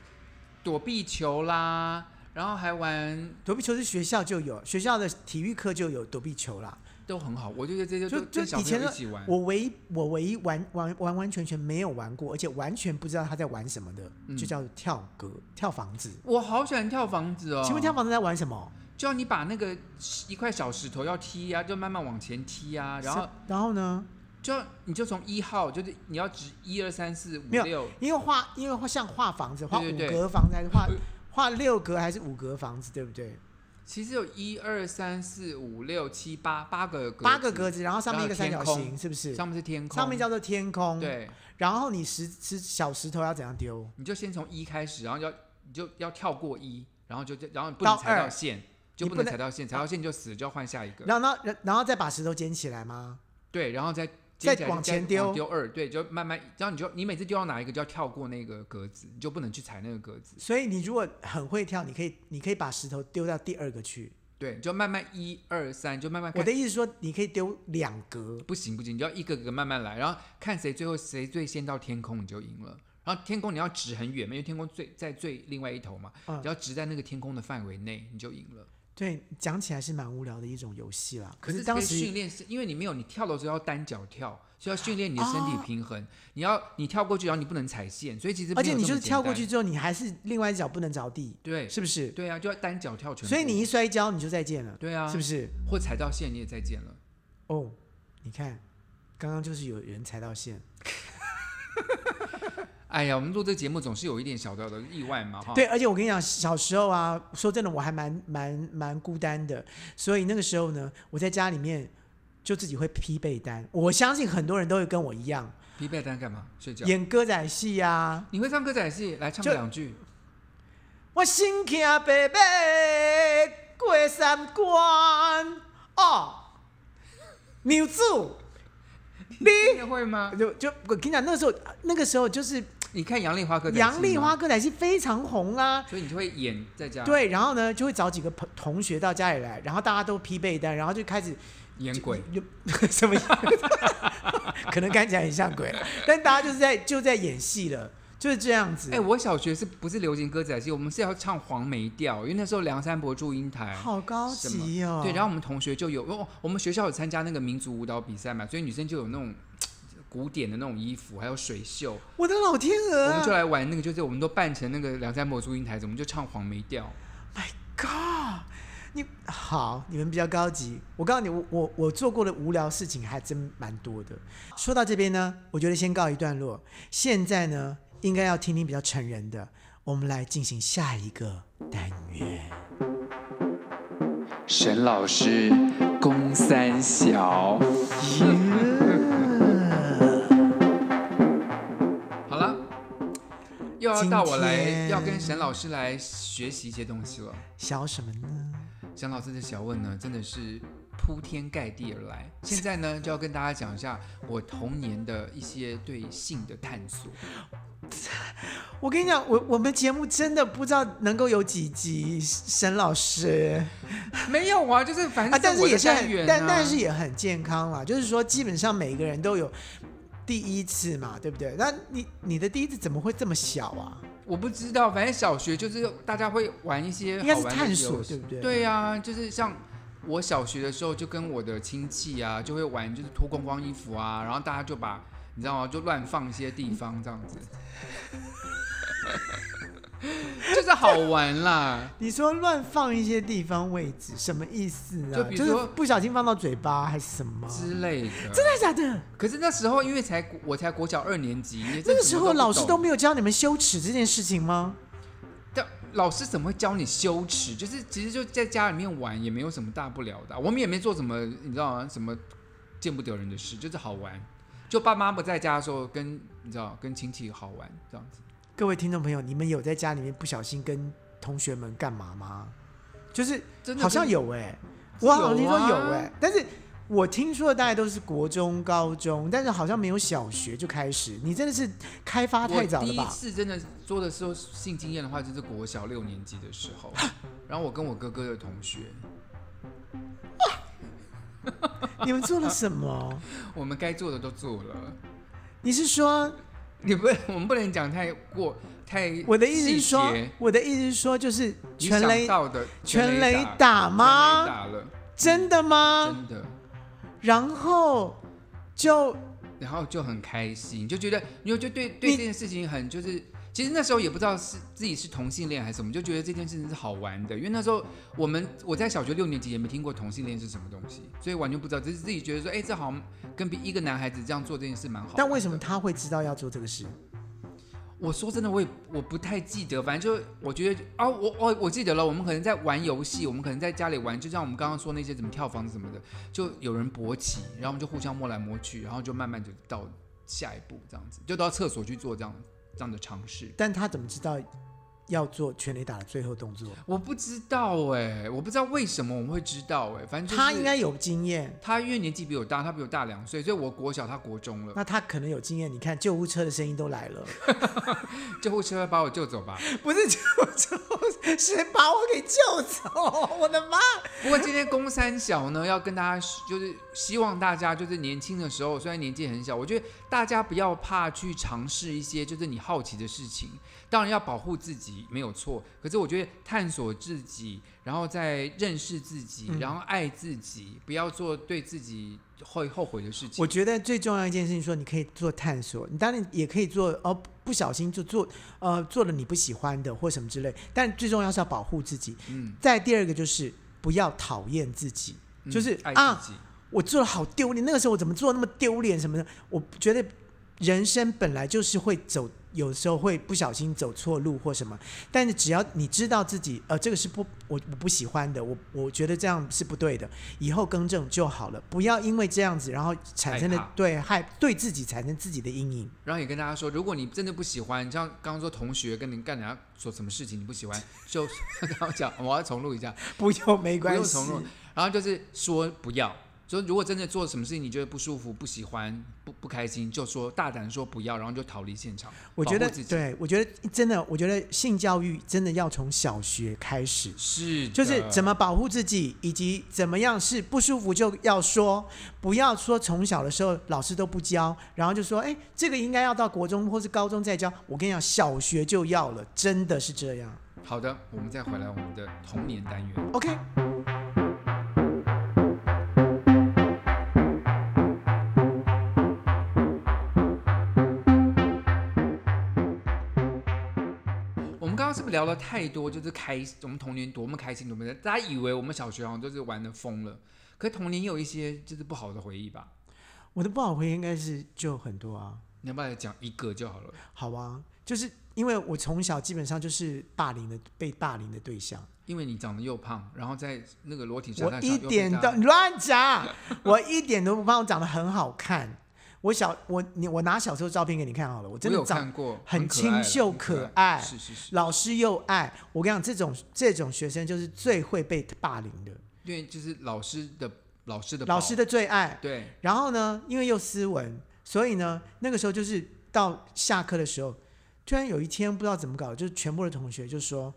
[SPEAKER 2] 躲避球啦，然后还玩
[SPEAKER 4] 躲避球是学校就有，学校的体育课就有躲避球啦。
[SPEAKER 2] 都很好。我就觉得这些
[SPEAKER 4] 就
[SPEAKER 2] 都
[SPEAKER 4] 就
[SPEAKER 2] 跟小
[SPEAKER 4] 以
[SPEAKER 2] 朋
[SPEAKER 4] 前
[SPEAKER 2] 友
[SPEAKER 4] 的
[SPEAKER 2] 一起玩，
[SPEAKER 4] 我唯一我唯一完完完完全全没有玩过，而且完全不知道他在玩什么的，
[SPEAKER 2] 嗯
[SPEAKER 4] 就叫做跳格跳房子。
[SPEAKER 2] 我好喜欢跳房子哦。
[SPEAKER 4] 请问跳房子在玩什么？
[SPEAKER 2] 就你把那个石一块小石头要踢啊，就慢慢往前踢啊，然后
[SPEAKER 4] 是然后呢？
[SPEAKER 2] 就你就从一号，就是你要指一二三四五
[SPEAKER 4] 没有
[SPEAKER 2] 六，
[SPEAKER 4] 因为画，因为画像画房子，画
[SPEAKER 2] 对呃
[SPEAKER 4] 五
[SPEAKER 2] 对对
[SPEAKER 4] 格房子还是画画六格还是五格房子，对不对？
[SPEAKER 2] 其实有一二三四五六七八八个格子
[SPEAKER 4] 八个格，子，然后上面一个
[SPEAKER 2] 然
[SPEAKER 4] 三角
[SPEAKER 2] 后天
[SPEAKER 4] 形，
[SPEAKER 2] 空
[SPEAKER 4] 是不是？
[SPEAKER 2] 上面是天空，
[SPEAKER 4] 上面叫做天空。。
[SPEAKER 2] 对，
[SPEAKER 4] 然后你石石小石头要怎样丢？
[SPEAKER 2] 你就先从一开始，然后要你就要跳过一，然后就然后你不
[SPEAKER 4] 到
[SPEAKER 2] 能踩
[SPEAKER 4] 二
[SPEAKER 2] 到线，就
[SPEAKER 4] 你
[SPEAKER 2] 不
[SPEAKER 4] 不
[SPEAKER 2] 能
[SPEAKER 4] 能
[SPEAKER 2] 踩到线，踩到线你就死了，就要换下一个。
[SPEAKER 4] 然后呢，然然后再把石头捡起来吗？
[SPEAKER 2] 对，然后再
[SPEAKER 4] 再
[SPEAKER 2] 接下来就
[SPEAKER 4] 往前
[SPEAKER 2] 再
[SPEAKER 4] 丢
[SPEAKER 2] 丢二，对，就慢慢，然后你就你每次丢到哪一个就要跳过那个格子，你就不能去踩那个格子。
[SPEAKER 4] 所以你如果很会跳，你可以，你可以把石头丢到第二个去。
[SPEAKER 2] 对，就慢慢一二三，就慢慢看
[SPEAKER 4] 我的意思说，你可以丢两格。
[SPEAKER 2] 不行不行，你就要一个个慢慢来，然后看谁最后谁最先到天空，你就赢了。然后天空你要指很远嘛，因为天空最在最另外一头嘛，
[SPEAKER 4] 嗯
[SPEAKER 2] 只要指在那个天空的范围内，你就赢了。
[SPEAKER 4] 对，讲起来是蛮无聊的一种游戏啦。可是
[SPEAKER 2] 这个
[SPEAKER 4] 当时
[SPEAKER 2] 训练是因为你没有，你跳的时候要单脚跳，所以要训练你的身体平衡。你要你跳过去，然后你不能踩线，所以其实
[SPEAKER 4] 哦而且
[SPEAKER 2] 没有
[SPEAKER 4] 你
[SPEAKER 2] 这
[SPEAKER 4] 就
[SPEAKER 2] 么
[SPEAKER 4] 是跳
[SPEAKER 2] 简
[SPEAKER 4] 过
[SPEAKER 2] 单
[SPEAKER 4] 去，之后，你还是另外一脚不能着地，
[SPEAKER 2] 对
[SPEAKER 4] 是不是？
[SPEAKER 2] 对啊，就要单脚跳全部。
[SPEAKER 4] 所以你一摔跤你就再见了，
[SPEAKER 2] 对啊，
[SPEAKER 4] 是不是？
[SPEAKER 2] 或踩到线你也再见了。
[SPEAKER 4] 哦，你看，刚刚就是有人踩到线，
[SPEAKER 3] 哎呀，我们录这个节目总是有一点小小的意外嘛，哈。
[SPEAKER 4] 对，而且我跟你讲，小时候啊，说真的，我还蛮蛮蛮孤单的，所以那个时候呢，我在家里面就自己会批被单。我相信很多人都会跟我一样，
[SPEAKER 3] 疲惫单干嘛？睡觉。
[SPEAKER 4] 演歌仔戏啊，
[SPEAKER 3] 你会唱歌仔戏，来唱
[SPEAKER 4] 就
[SPEAKER 3] 两句。
[SPEAKER 4] 我心惊白白过三关哦，牛主，
[SPEAKER 3] 真的会吗？
[SPEAKER 4] 就就我跟你讲，那个时候那个时候就是
[SPEAKER 3] 你看杨丽花歌仔戏吗
[SPEAKER 4] 杨丽花，歌仔戏非常红啊，
[SPEAKER 3] 所以你就会演在家
[SPEAKER 4] 对，然后呢，就会找几个朋同学到家里来，然后大家都披被单，然后就开始
[SPEAKER 3] 演鬼。
[SPEAKER 4] 就 什么样子，可能看起来很像鬼，但大家就是在就在演戏了，就是这样子。
[SPEAKER 3] 哎、我小学是不是流行歌仔戏？我们是要唱黄梅调，因为那时候梁山伯祝英台。
[SPEAKER 4] 好高
[SPEAKER 3] 什么
[SPEAKER 4] 级哦！
[SPEAKER 3] 对，然后我们同学就有，哦，我们学校有参加那个民族舞蹈比赛嘛，所以女生就有那种嘖古典的那种衣服，还有水袖，
[SPEAKER 4] 我的老天鹅
[SPEAKER 3] 我们就
[SPEAKER 4] 啊
[SPEAKER 3] 来玩那个，就是我们都扮成那个梁山伯祝英台，我们就唱黄梅调。
[SPEAKER 4] ！My God，你好，你们比较高级。我告诉你，我我我做过的无聊事情还真蛮多的。说到这边呢，我觉得先告一段落。现在呢，应该要听听比较成人的，我们来进行下一个单元。
[SPEAKER 2] 沈老师，公三 小，
[SPEAKER 3] 好了，又要到我
[SPEAKER 4] 今
[SPEAKER 3] 来，
[SPEAKER 4] 天
[SPEAKER 3] 要跟沈老师来学习一些东西了。
[SPEAKER 4] 小什么呢？
[SPEAKER 3] 沈老师的小问呢，真的是铺天盖地而来。现在呢，就要跟大家讲一下我童年的一些对性的探索。
[SPEAKER 4] 我跟你讲，我我们节目真的不知道能够有几集，沈老师
[SPEAKER 3] 没有啊，就是反
[SPEAKER 4] 啊，
[SPEAKER 3] 正
[SPEAKER 4] 但是
[SPEAKER 3] 我的
[SPEAKER 4] 也是
[SPEAKER 3] 单
[SPEAKER 4] 很，
[SPEAKER 3] 元啊
[SPEAKER 4] 但但是也很健康啦，就是说基本上每个人都有第一次嘛，对不对？那你你的第一次怎么会这么小啊？
[SPEAKER 3] 我不知道，反正小学就是大家会玩一些
[SPEAKER 4] 应该
[SPEAKER 3] 好
[SPEAKER 4] 是
[SPEAKER 3] 玩的
[SPEAKER 4] 探索
[SPEAKER 3] 游戏
[SPEAKER 4] 对不对
[SPEAKER 3] 对呀、就是像我小学的时候，就跟我的亲戚啊，就会玩，就是脱光光衣服啊，然后大家就把你知道吗，就乱放一些地方这样子，就是好玩啦。
[SPEAKER 4] 你说乱放一些地方位置，什么意思啊？
[SPEAKER 3] 就比如说
[SPEAKER 4] 是不小心放到嘴巴还是什么？真
[SPEAKER 3] 之类的，
[SPEAKER 4] 的假的？
[SPEAKER 3] 可是那时候因为才国我才国小二年级，也
[SPEAKER 4] 那
[SPEAKER 3] 真
[SPEAKER 4] 个
[SPEAKER 3] 的
[SPEAKER 4] 时
[SPEAKER 3] 什么
[SPEAKER 4] 候
[SPEAKER 3] 不
[SPEAKER 4] 老师都
[SPEAKER 3] 懂
[SPEAKER 4] 没有教你们羞耻这件事情吗？
[SPEAKER 3] 但老师怎么会教你羞耻？就是其实就在家里面玩，也没有什么大不了的啊、我们也没做什么，你知道吗？什么见不得人的事，就是好玩。就爸妈不在家的时候，跟你知道跟亲戚好玩这样子。
[SPEAKER 4] 各位听众朋友，你们有在家里面不小心跟同学们干嘛吗？就是
[SPEAKER 3] 真的
[SPEAKER 4] 好像
[SPEAKER 3] 是
[SPEAKER 4] 有哎、我好像听说有
[SPEAKER 3] 有啊
[SPEAKER 4] 哎、但是我听说的大概都是国中、高中，但是好像没有小学就开始。你真的是开发太早
[SPEAKER 3] 我
[SPEAKER 4] 了
[SPEAKER 3] 第一
[SPEAKER 4] 吧？
[SPEAKER 3] 次真的做的时候性经验的话，就是国小六年级的时候，然后我跟我哥哥的同学，
[SPEAKER 4] 你们做了什 么？
[SPEAKER 3] 我们该做的都做了。
[SPEAKER 4] 你是说
[SPEAKER 3] 你不，我们不能讲太过太
[SPEAKER 4] 我的意思
[SPEAKER 3] 细
[SPEAKER 4] 是说
[SPEAKER 3] 节，
[SPEAKER 4] 我的意思是说，就是
[SPEAKER 3] 你
[SPEAKER 4] 全
[SPEAKER 3] 想
[SPEAKER 4] 雷
[SPEAKER 3] 到的
[SPEAKER 4] 全雷
[SPEAKER 3] 雷
[SPEAKER 4] 打吗
[SPEAKER 3] 全雷打了，
[SPEAKER 4] 真的吗？
[SPEAKER 3] 真的。
[SPEAKER 4] 然后就
[SPEAKER 3] 然后就很开心，就觉得你就就对
[SPEAKER 4] 嗯
[SPEAKER 3] 对
[SPEAKER 4] 你
[SPEAKER 3] 这件事情很就是，其实那时候也不知道是自己是同性恋还是什么，就觉得这件事情是好玩的，因为那时候我们我在小学六年级也没听过同性恋是什么东西，所以完全不知道，只是自己觉得说，哎，这好像跟比一个男孩子这样做这件事蛮好玩的。
[SPEAKER 4] 但为什么他会知道要做这个事？
[SPEAKER 3] 我说真的，我也我不太记得，反正就我觉得啊，我我我记得了，我们可能在玩游戏，我们可能在家里玩，就像我们刚刚说那些怎么跳房子什么的，就有人勃起，然后我们就互相摸来摸去，然后就慢慢就到下一步这样子，就到厕所去做这样这样的尝试。
[SPEAKER 4] 但他怎么知道要做全垒打的最后动作？
[SPEAKER 3] 我不知道哎、我不知道为什么我们会知道哎、反正、就是、
[SPEAKER 4] 他应该有经验，
[SPEAKER 3] 他因为年纪比我大，他比我大两岁，所以我国小他国中了，
[SPEAKER 4] 那他可能有经验。你看救护车的声音都来了，
[SPEAKER 3] 救护车把我救走吧。
[SPEAKER 4] 不是救护车，是把我给救走。我的妈！
[SPEAKER 3] 不过今天公三小呢，要跟大家就是希望大家就是年轻的时候，虽然年纪很小，我觉得大家不要怕去尝试一些就是你好奇的事情。当然要保护自己没有错，可是我觉得探索自己，然后再认识自己，
[SPEAKER 4] 嗯
[SPEAKER 3] 然后爱自己，不要做对自己会后悔的事情
[SPEAKER 4] 我。觉得最重要一件事情，说你可以做探索，你当然也可以做哦，不小心就做呃做了你不喜欢的或什么之类，但最重要是要保护自己。
[SPEAKER 3] 嗯，
[SPEAKER 4] 再第二个就是不要讨厌自己，
[SPEAKER 3] 嗯
[SPEAKER 4] 就是、
[SPEAKER 3] 爱
[SPEAKER 4] 啊
[SPEAKER 3] 自，己。
[SPEAKER 4] 我做的好丢脸，那个时候我怎么做得那么丢脸什么的？我觉得人生本来就是会走，有时候会不小心走错路或什么，但是只要你知道自己，呃，这个是不，我我不喜欢的，我我觉得这样是不对的，以后更正就好了，不要因为这样子，然后产生
[SPEAKER 3] 害
[SPEAKER 4] 的
[SPEAKER 3] 怕
[SPEAKER 4] 对害对自己产生自己的阴影。
[SPEAKER 3] 然后也跟大家说，如果你真的不喜欢，像刚刚说同学跟你干人家说什么事情你不喜欢， 就刚刚讲，我要重录一下，
[SPEAKER 4] 不用，没
[SPEAKER 3] 不
[SPEAKER 4] 关
[SPEAKER 3] 用
[SPEAKER 4] 系
[SPEAKER 3] 重。录。然后就是说不要，说如果真的做什么事情你觉得不舒服、不喜欢、不不开心，就说大胆说不要，然后就逃离现场。
[SPEAKER 4] 我
[SPEAKER 3] 保
[SPEAKER 4] 觉
[SPEAKER 3] 护
[SPEAKER 4] 得
[SPEAKER 3] 自己，
[SPEAKER 4] 对，我觉得真的，我觉得性教育真的要从小学开始，
[SPEAKER 3] 是
[SPEAKER 4] 就是
[SPEAKER 3] 的
[SPEAKER 4] 怎么保护自己，以及怎么样是不舒服就要说，不要说从小的时候老师都不教，然后就说，哎，这个应该要到国中或是高中再教。我跟你讲，小学就要了，真的是这样。
[SPEAKER 3] 好的，我们再回来我们的童年单元。
[SPEAKER 4] OK，
[SPEAKER 3] 我们刚刚是不是聊了太多，就是开我们童年多么开心，多么的，大家以为我们小学好像就是玩的疯了，可是童年也有一些就是不好的回忆吧？
[SPEAKER 4] 我的不好回应该是就很多啊，
[SPEAKER 3] 你要不要来讲一个就好了？
[SPEAKER 4] 好啊，就是因为我从小基本上就是霸凌的被霸凌的对象。
[SPEAKER 3] 因为你长得又胖，然后在那个裸体沙
[SPEAKER 4] 我
[SPEAKER 3] 滩上
[SPEAKER 4] 一
[SPEAKER 3] 又被
[SPEAKER 4] 点
[SPEAKER 3] 大
[SPEAKER 4] 都
[SPEAKER 3] 家
[SPEAKER 4] 你乱讲，我一点都不胖，我长得很好看。我小我你我拿小时候照片给你看好了，我真
[SPEAKER 3] 我
[SPEAKER 4] 的
[SPEAKER 3] 有
[SPEAKER 4] 长
[SPEAKER 3] 看过，
[SPEAKER 4] 很
[SPEAKER 3] 很可
[SPEAKER 4] 清
[SPEAKER 3] 爱了
[SPEAKER 4] 秀
[SPEAKER 3] 很可
[SPEAKER 4] 可爱
[SPEAKER 3] 是是是，
[SPEAKER 4] 老师又爱我跟你讲，这种这种学生就是最会被霸凌的，
[SPEAKER 3] 因为就是老师的老师的
[SPEAKER 4] 老师
[SPEAKER 3] 的
[SPEAKER 4] 的最爱。
[SPEAKER 3] 对，
[SPEAKER 4] 然后呢，因为又斯文，所以呢，那个时候就是到下课的时候，突然有一天不知道怎么搞，就是全部的同学就说：“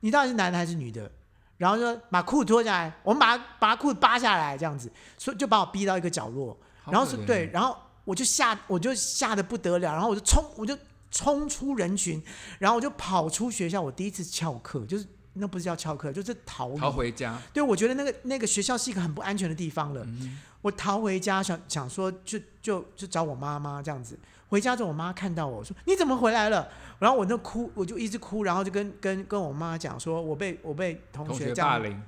[SPEAKER 4] 你到底是男的还是女的？”然后说把裤脱下来，我们把把裤子扒下来，这样子，所以就把我逼到一个角落。
[SPEAKER 3] 好
[SPEAKER 4] 然后
[SPEAKER 3] 可
[SPEAKER 4] 是
[SPEAKER 3] 怜
[SPEAKER 4] 对，，然后我就吓，我就吓得不得了，然后我就冲，我就冲出人群，然后我就跑出学校。我第一次翘课，就是那不是叫翘课，就是逃离
[SPEAKER 3] 逃回家，
[SPEAKER 4] 对，我觉得那个那个学校是一个很不安全的地方了。
[SPEAKER 3] 嗯
[SPEAKER 4] 我逃回家想想说就就就找我妈妈这样子。回家之后，我妈看到我说：“你怎么回来了？”然后我那哭，我就一直哭，然后就跟跟跟我妈讲说：“我被我被同
[SPEAKER 3] 同
[SPEAKER 4] 学
[SPEAKER 3] 学
[SPEAKER 4] 这
[SPEAKER 3] 霸
[SPEAKER 4] 样。
[SPEAKER 3] 凌，”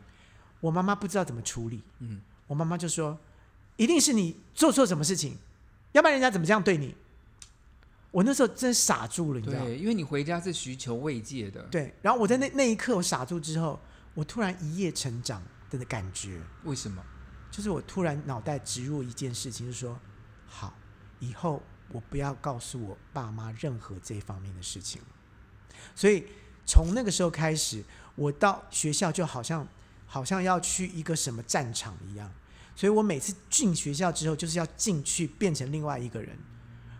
[SPEAKER 4] 我妈妈不知道怎么处理。
[SPEAKER 3] 嗯
[SPEAKER 4] 我妈妈就说：“一定是你做错什么事情，要不然人家怎么这样对你？”我那时候真傻住了，你知道吗？
[SPEAKER 3] 对，因为你回家是寻求慰藉的，
[SPEAKER 4] 对。然后我在那那一刻我傻住之后，我突然一夜成长的感觉。
[SPEAKER 3] 为什么？
[SPEAKER 4] 就是我突然脑袋植入一件事情，就是说，好，以后我不要告诉我爸妈任何这一方面的事情。所以从那个时候开始，我到学校就好像好像要去一个什么战场一样。所以我每次进学校之后，就是要进去变成另外一个人。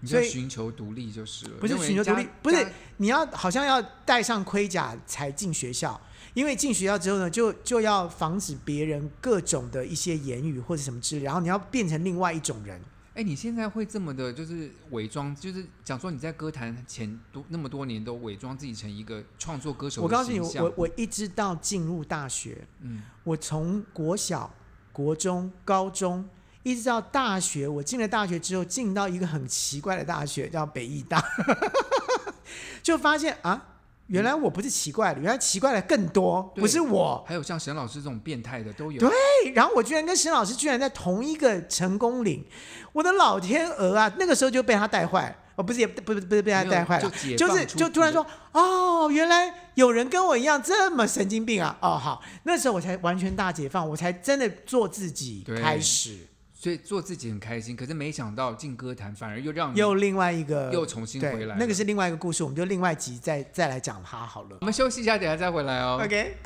[SPEAKER 3] 你
[SPEAKER 4] 所
[SPEAKER 3] 就
[SPEAKER 4] 以
[SPEAKER 3] 寻求独立就是了，
[SPEAKER 4] 不是
[SPEAKER 3] 认为
[SPEAKER 4] 寻求独
[SPEAKER 3] 家
[SPEAKER 4] 立不是
[SPEAKER 3] 家
[SPEAKER 4] 你要好像要带上盔甲才进学校，因为进学校之后呢，就就要防止别人各种的一些言语或者什么之类，然后你要变成另外一种人。
[SPEAKER 3] 哎、你现在会这么的，就是伪装，就是讲说你在歌坛前多那么多年都伪装自己成一个创作歌手的
[SPEAKER 4] 我告诉你，
[SPEAKER 3] 形象
[SPEAKER 4] 我我一直到进入大学，
[SPEAKER 3] 嗯，
[SPEAKER 4] 我从国小、国中、高中。一直到大学，我进了大学之后，进到一个很奇怪的大学，叫北艺大， 就发现啊，原来我不是奇怪的，原来奇怪的更多，
[SPEAKER 3] 对
[SPEAKER 4] 不是我，
[SPEAKER 3] 还有像沈老师这种变态的都有，
[SPEAKER 4] 对然后我居然跟沈老师居然在同一个成功岭，我的老天鹅啊！那个时候就被他带坏，哦，不是也不不不是被他
[SPEAKER 3] 没有
[SPEAKER 4] 带坏了
[SPEAKER 3] 就，解
[SPEAKER 4] 就
[SPEAKER 3] 放
[SPEAKER 4] 是
[SPEAKER 3] 出
[SPEAKER 4] 就
[SPEAKER 3] 自
[SPEAKER 4] 突然
[SPEAKER 3] 己
[SPEAKER 4] 说，哦，原来有人跟我一样这么神经病啊！哦，好，那时候我才完全大解放，我才真的做自己
[SPEAKER 3] 对
[SPEAKER 4] 开始，
[SPEAKER 3] 所以做自己很开心，可是没想到进歌坛反而又让你
[SPEAKER 4] 又另外一个
[SPEAKER 3] 嗯又重新
[SPEAKER 4] 对
[SPEAKER 3] 回来
[SPEAKER 4] 那个
[SPEAKER 3] 了
[SPEAKER 4] 是另外一个故事，我们就另外集再再来讲它好了
[SPEAKER 3] 我。们休息一下，等一下再回来哦。
[SPEAKER 4] OK，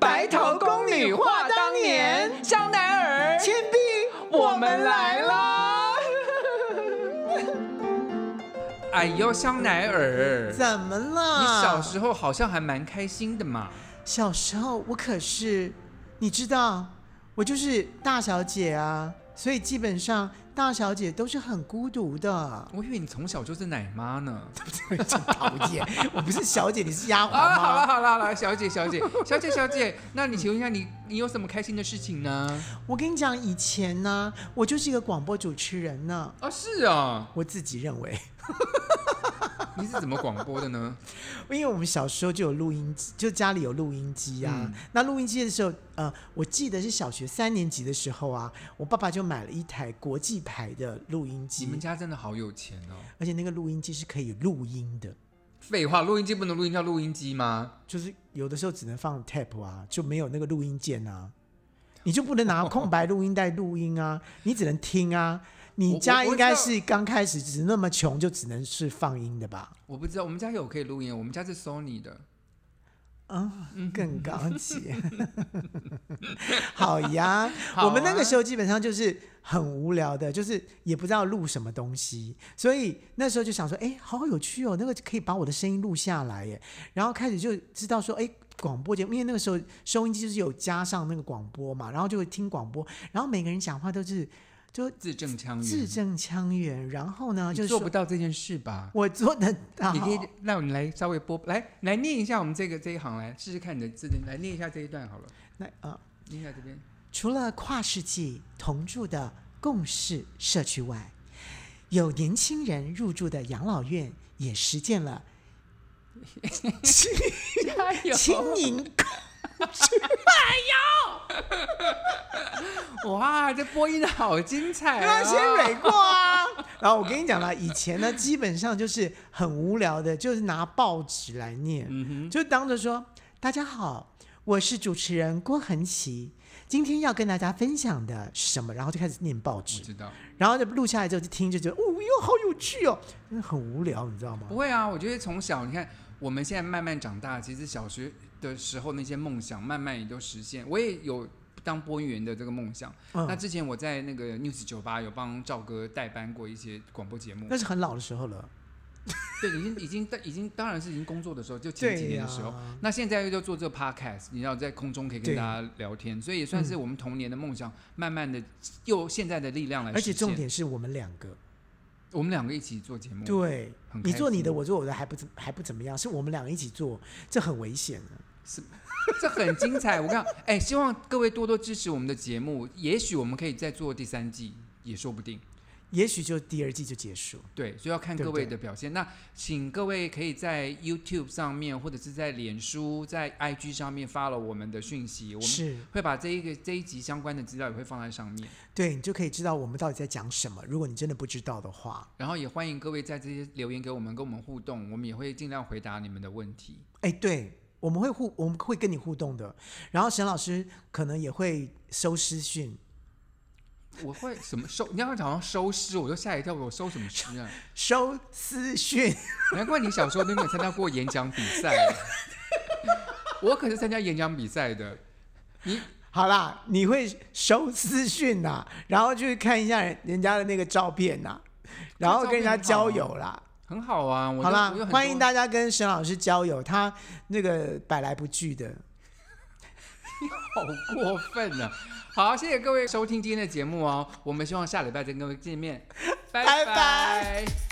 [SPEAKER 2] 白头宫女话当年，香奈儿，
[SPEAKER 4] 铅笔，
[SPEAKER 2] 我们来啦！
[SPEAKER 3] 哎呦，香奈儿，你
[SPEAKER 4] 怎么了？
[SPEAKER 3] 小时候好像还蛮开心的嘛。。
[SPEAKER 4] 小时候我可是，你知道，我就是大小姐啊，所以基本上大小姐都是很孤独的
[SPEAKER 3] 我以为你从小就是奶妈呢。
[SPEAKER 4] 真讨厌，我不是小姐，你是丫鬟
[SPEAKER 3] 好了啊好
[SPEAKER 4] 吗？
[SPEAKER 3] 了好了好了，小姐小 姐小姐小姐，那你请问一下你，你有什么开心的事情呢？
[SPEAKER 4] 我跟你讲，以前呢，我就是一个广播主持人呢，
[SPEAKER 3] 哦，是哦，
[SPEAKER 4] 我自己认为。
[SPEAKER 3] 你是怎么广播的 呢？
[SPEAKER 4] 因为我们小时候就有录音机，就家里有录音机啊。那录音机的时候，呃，我记得是小学三年级的时候啊，我爸爸就买了一台国际牌的录音
[SPEAKER 3] 你
[SPEAKER 4] 机
[SPEAKER 3] 们，家真的好有钱哦！
[SPEAKER 4] 而且那个录音机是可以录音的，
[SPEAKER 3] 废话，录音机不能录音叫录音机吗？
[SPEAKER 4] 就是有的时候只能放 tap 啊，就没有那个录音键啊，你就不能拿空白录音带录音啊， 你只能听啊。
[SPEAKER 3] 我
[SPEAKER 4] 你
[SPEAKER 3] 我
[SPEAKER 4] 家
[SPEAKER 3] 我
[SPEAKER 4] 应
[SPEAKER 3] 知道
[SPEAKER 4] 该是刚开始只是那么穷，就只能是放音的吧？
[SPEAKER 3] 我不知道，我们家有可以录音，我们家是 Sony 的。
[SPEAKER 4] 啊，更高 级。好呀，
[SPEAKER 3] 好啊
[SPEAKER 4] 我们那个时候基本上就是很无聊的，就是也不知道录什么东西，所以那时候就想说，哎、好有趣哦，那个可以把我的声音录下来耶。然后开始就知道说，哎、广播节目，因为那个时候收音机就是有加上那个广播嘛，然后就会听广播，然后每个人讲话都是就
[SPEAKER 3] 字正腔圆，
[SPEAKER 4] 字正腔圆，然后呢就
[SPEAKER 3] 你
[SPEAKER 4] 是啊
[SPEAKER 3] 做不
[SPEAKER 4] 说
[SPEAKER 3] 到这件事吧？
[SPEAKER 4] 我做得到，
[SPEAKER 3] 你可以让你来稍微播，来来念一下我们这个这一行，来试试看你的字典，来念一下这一段好了，
[SPEAKER 4] 那啊。
[SPEAKER 3] 念一下这边。
[SPEAKER 4] 除了跨世纪同住的共事社区外，有年轻人入住的养老院也实践 了
[SPEAKER 3] 加油！
[SPEAKER 4] 轻盈。
[SPEAKER 3] 哇，这播音好精彩、
[SPEAKER 4] 刚
[SPEAKER 3] 啊！
[SPEAKER 4] 刚先蕊 过啊，然后我跟你讲啦，以前呢基本上就是很无聊的，就是拿报纸来念，
[SPEAKER 3] 嗯
[SPEAKER 4] 就当着说大家好，我是主持人郭恒琪，今天要跟大家分享的是什么，然后就开始念报
[SPEAKER 3] 我
[SPEAKER 4] 纸，
[SPEAKER 3] 知道，
[SPEAKER 4] 然后就录下来之后就听就觉得哦哟好有趣哦，真的很无聊，你知道吗？
[SPEAKER 3] 不会啊，我觉得从小你看，我们现在慢慢长大，其实小学的时候那些梦想慢慢也都实现，我也有。当播音员的这个梦想，
[SPEAKER 4] 嗯
[SPEAKER 3] 那之前我在那个 News 酒吧有帮赵哥代班过一些广播节目，
[SPEAKER 4] 那是很老的时候了。
[SPEAKER 3] 对，已经已经已经当然是已经工作的时候，就前几
[SPEAKER 4] 对
[SPEAKER 3] 年
[SPEAKER 4] 呀
[SPEAKER 3] 的时候。那现在又就做这个 podcast，你知道在空中可以跟
[SPEAKER 4] 对嗯
[SPEAKER 3] 大家聊天，所以也算是我们童年的梦想，慢慢的用现在的力量来
[SPEAKER 4] 而且
[SPEAKER 3] 实
[SPEAKER 4] 重
[SPEAKER 3] 现，
[SPEAKER 4] 点是我们两个，
[SPEAKER 3] 我们两个一起做节目，
[SPEAKER 4] 对
[SPEAKER 3] 嗯很，开
[SPEAKER 4] 你做你的，
[SPEAKER 3] 心
[SPEAKER 4] 我做我的，还不怎还不怎么样，是我们两个一起做，这很危险啊的。
[SPEAKER 3] 这很精彩。我看， 哎，希望各位多多支持我们的节目，也许我们可以再做第三季，也说不定。
[SPEAKER 4] 也许就第二季就结束。
[SPEAKER 3] 对，所以要看
[SPEAKER 4] 对
[SPEAKER 3] 各
[SPEAKER 4] 不
[SPEAKER 3] 位
[SPEAKER 4] 对
[SPEAKER 3] 的表现。那请各位可以在 YouTube 上面，或者是在脸书、在 IG 上面发了我们的讯息，我们
[SPEAKER 4] 是
[SPEAKER 3] 会把这一个这一集相关的资料也会放在上面。
[SPEAKER 4] 对，你就可以知道我们到底在讲什么。如果你真的不知道的话，
[SPEAKER 3] 然后也欢迎各位在这些留言给我们，跟我们互动，我们也会尽量回答你们的问题。
[SPEAKER 4] 哎，对，我们会互我们会跟你互动的。然后沈老师可能也会收私讯，
[SPEAKER 3] 我会什么收？你要讲到收尸，我就吓一跳，我收什么尸啊？
[SPEAKER 4] 收私讯。
[SPEAKER 3] 难怪你小时候都没有参加过演讲比赛， 我可是参加演讲比赛的。你
[SPEAKER 4] 好啦，你会收私讯呐、然后去看一下人人家的那个照片呐、然后跟人家交友啦。
[SPEAKER 3] 很好啊，我
[SPEAKER 4] 好啦
[SPEAKER 3] 我有，很多
[SPEAKER 4] 欢迎大家跟沈老师交友，他那个百来不拒的。
[SPEAKER 3] 好过分呢、好，谢 谢各位收听今天的节目哦，我们希望下礼拜再跟各位见面，
[SPEAKER 4] 拜
[SPEAKER 3] 拜拜